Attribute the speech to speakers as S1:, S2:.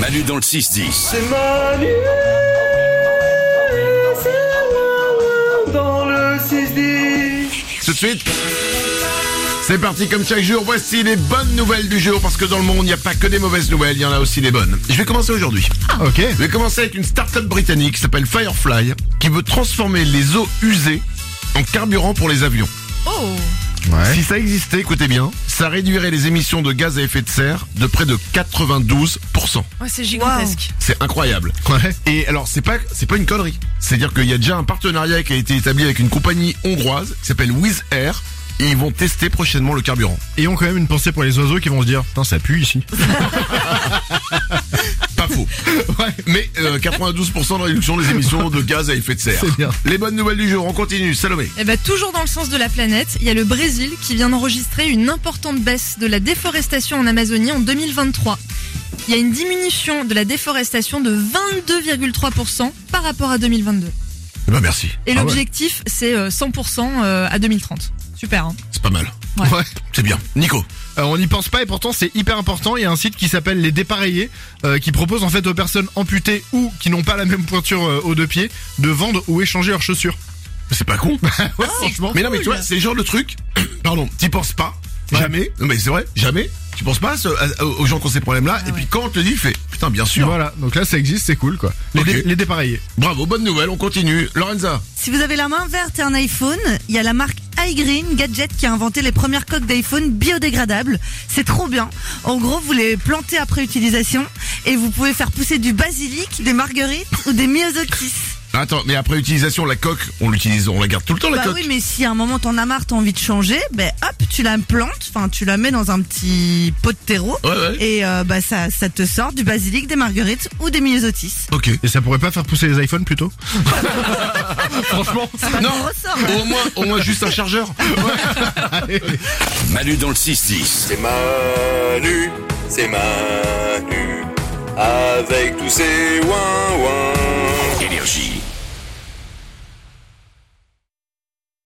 S1: Manu dans le 6-10.
S2: C'est Manu, c'est Wawa dans le 6-10.
S3: Tout de suite c'est parti comme chaque jour, voici les bonnes nouvelles du jour, parce que dans le monde, il n'y a pas que des mauvaises nouvelles, il y en a aussi des bonnes. Je vais commencer aujourd'hui.
S4: Ah. Ok.
S3: Je vais commencer avec une start-up britannique qui s'appelle Firefly, qui veut transformer les eaux usées en carburant pour les avions.
S5: Oh
S4: Ouais.
S3: Si ça existait, écoutez bien, ça réduirait les émissions de gaz à effet de serre de près de 92%.
S5: Ouais, c'est gigantesque.
S3: C'est incroyable.
S4: Ouais.
S3: Et alors c'est pas c'est pas une connerie. C'est-à-dire qu'il y a déjà un partenariat qui a été établi avec une compagnie hongroise qui s'appelle Wizz Air et ils vont tester prochainement le carburant.
S4: Et ont quand même une pensée pour les oiseaux qui vont se dire, putain, ça pue ici.
S3: Pas faux. Mais euh, 92% de réduction des émissions de gaz à effet de serre.
S4: C'est bien.
S3: Les bonnes nouvelles du jour, on continue. Salomé.
S5: Eh ben, toujours dans le sens de la planète, il y a le Brésil qui vient d'enregistrer une importante baisse de la déforestation en Amazonie en 2023. Il y a une diminution de la déforestation de 22,3% par rapport à 2022.
S3: Eh ben merci.
S5: Et
S4: Ah ouais.
S5: l'objectif, c'est euh, 100% euh, à 2030. Super, hein
S3: C'est pas mal.
S5: Ouais.
S3: C'est bien. Nico.
S4: Euh, on n'y pense pas et pourtant c'est hyper important. Il y a un site qui s'appelle Les Dépareillés euh, qui propose en fait aux personnes amputées ou qui n'ont pas la même pointure euh, aux deux pieds de vendre ou échanger leurs chaussures.
S3: C'est pas con.
S4: Ouais, franchement.
S3: mais non mais tu vois, c'est le genre le truc. Pardon, t'y penses pas. Jamais. Non, mais c'est vrai, jamais. Tu penses pas à ce- à- aux gens qui ont ces problèmes-là. et puis quand on te le dit, tu fais putain bien sûr.
S4: Voilà, donc là ça existe, c'est cool quoi. Les,
S3: Ok.
S4: dé- les dépareillés.
S3: Bravo, bonne nouvelle, on continue. Lorenza.
S6: Si vous avez la main verte et un iPhone, il y a la marque iGreen Gadget qui a inventé les premières coques d'iPhone biodégradables. C'est trop bien. En gros, vous les plantez après utilisation et vous pouvez faire pousser du basilic, des marguerites ou des myosotis.
S3: Attends, mais après utilisation, la coque, on l'utilise, on la garde tout le temps, la
S6: Bah
S3: coque.
S6: oui, mais si à un moment t'en as marre, t'as envie de changer, ben hop, tu la plantes, enfin tu la mets dans un petit pot de terreau
S3: Ouais, ouais.
S6: et euh, bah ça, ça te sort du basilic, des marguerites ou des myosotis.
S3: Ok.
S4: Et ça pourrait pas faire pousser les iPhones plutôt Franchement.
S3: Non,
S6: On ressort. hein.
S3: au moins, au moins juste un chargeur.
S1: Manu dans le 6-10.
S2: C'est Manu, c'est Manu, avec tous ses ouin ouin.
S1: Énergie.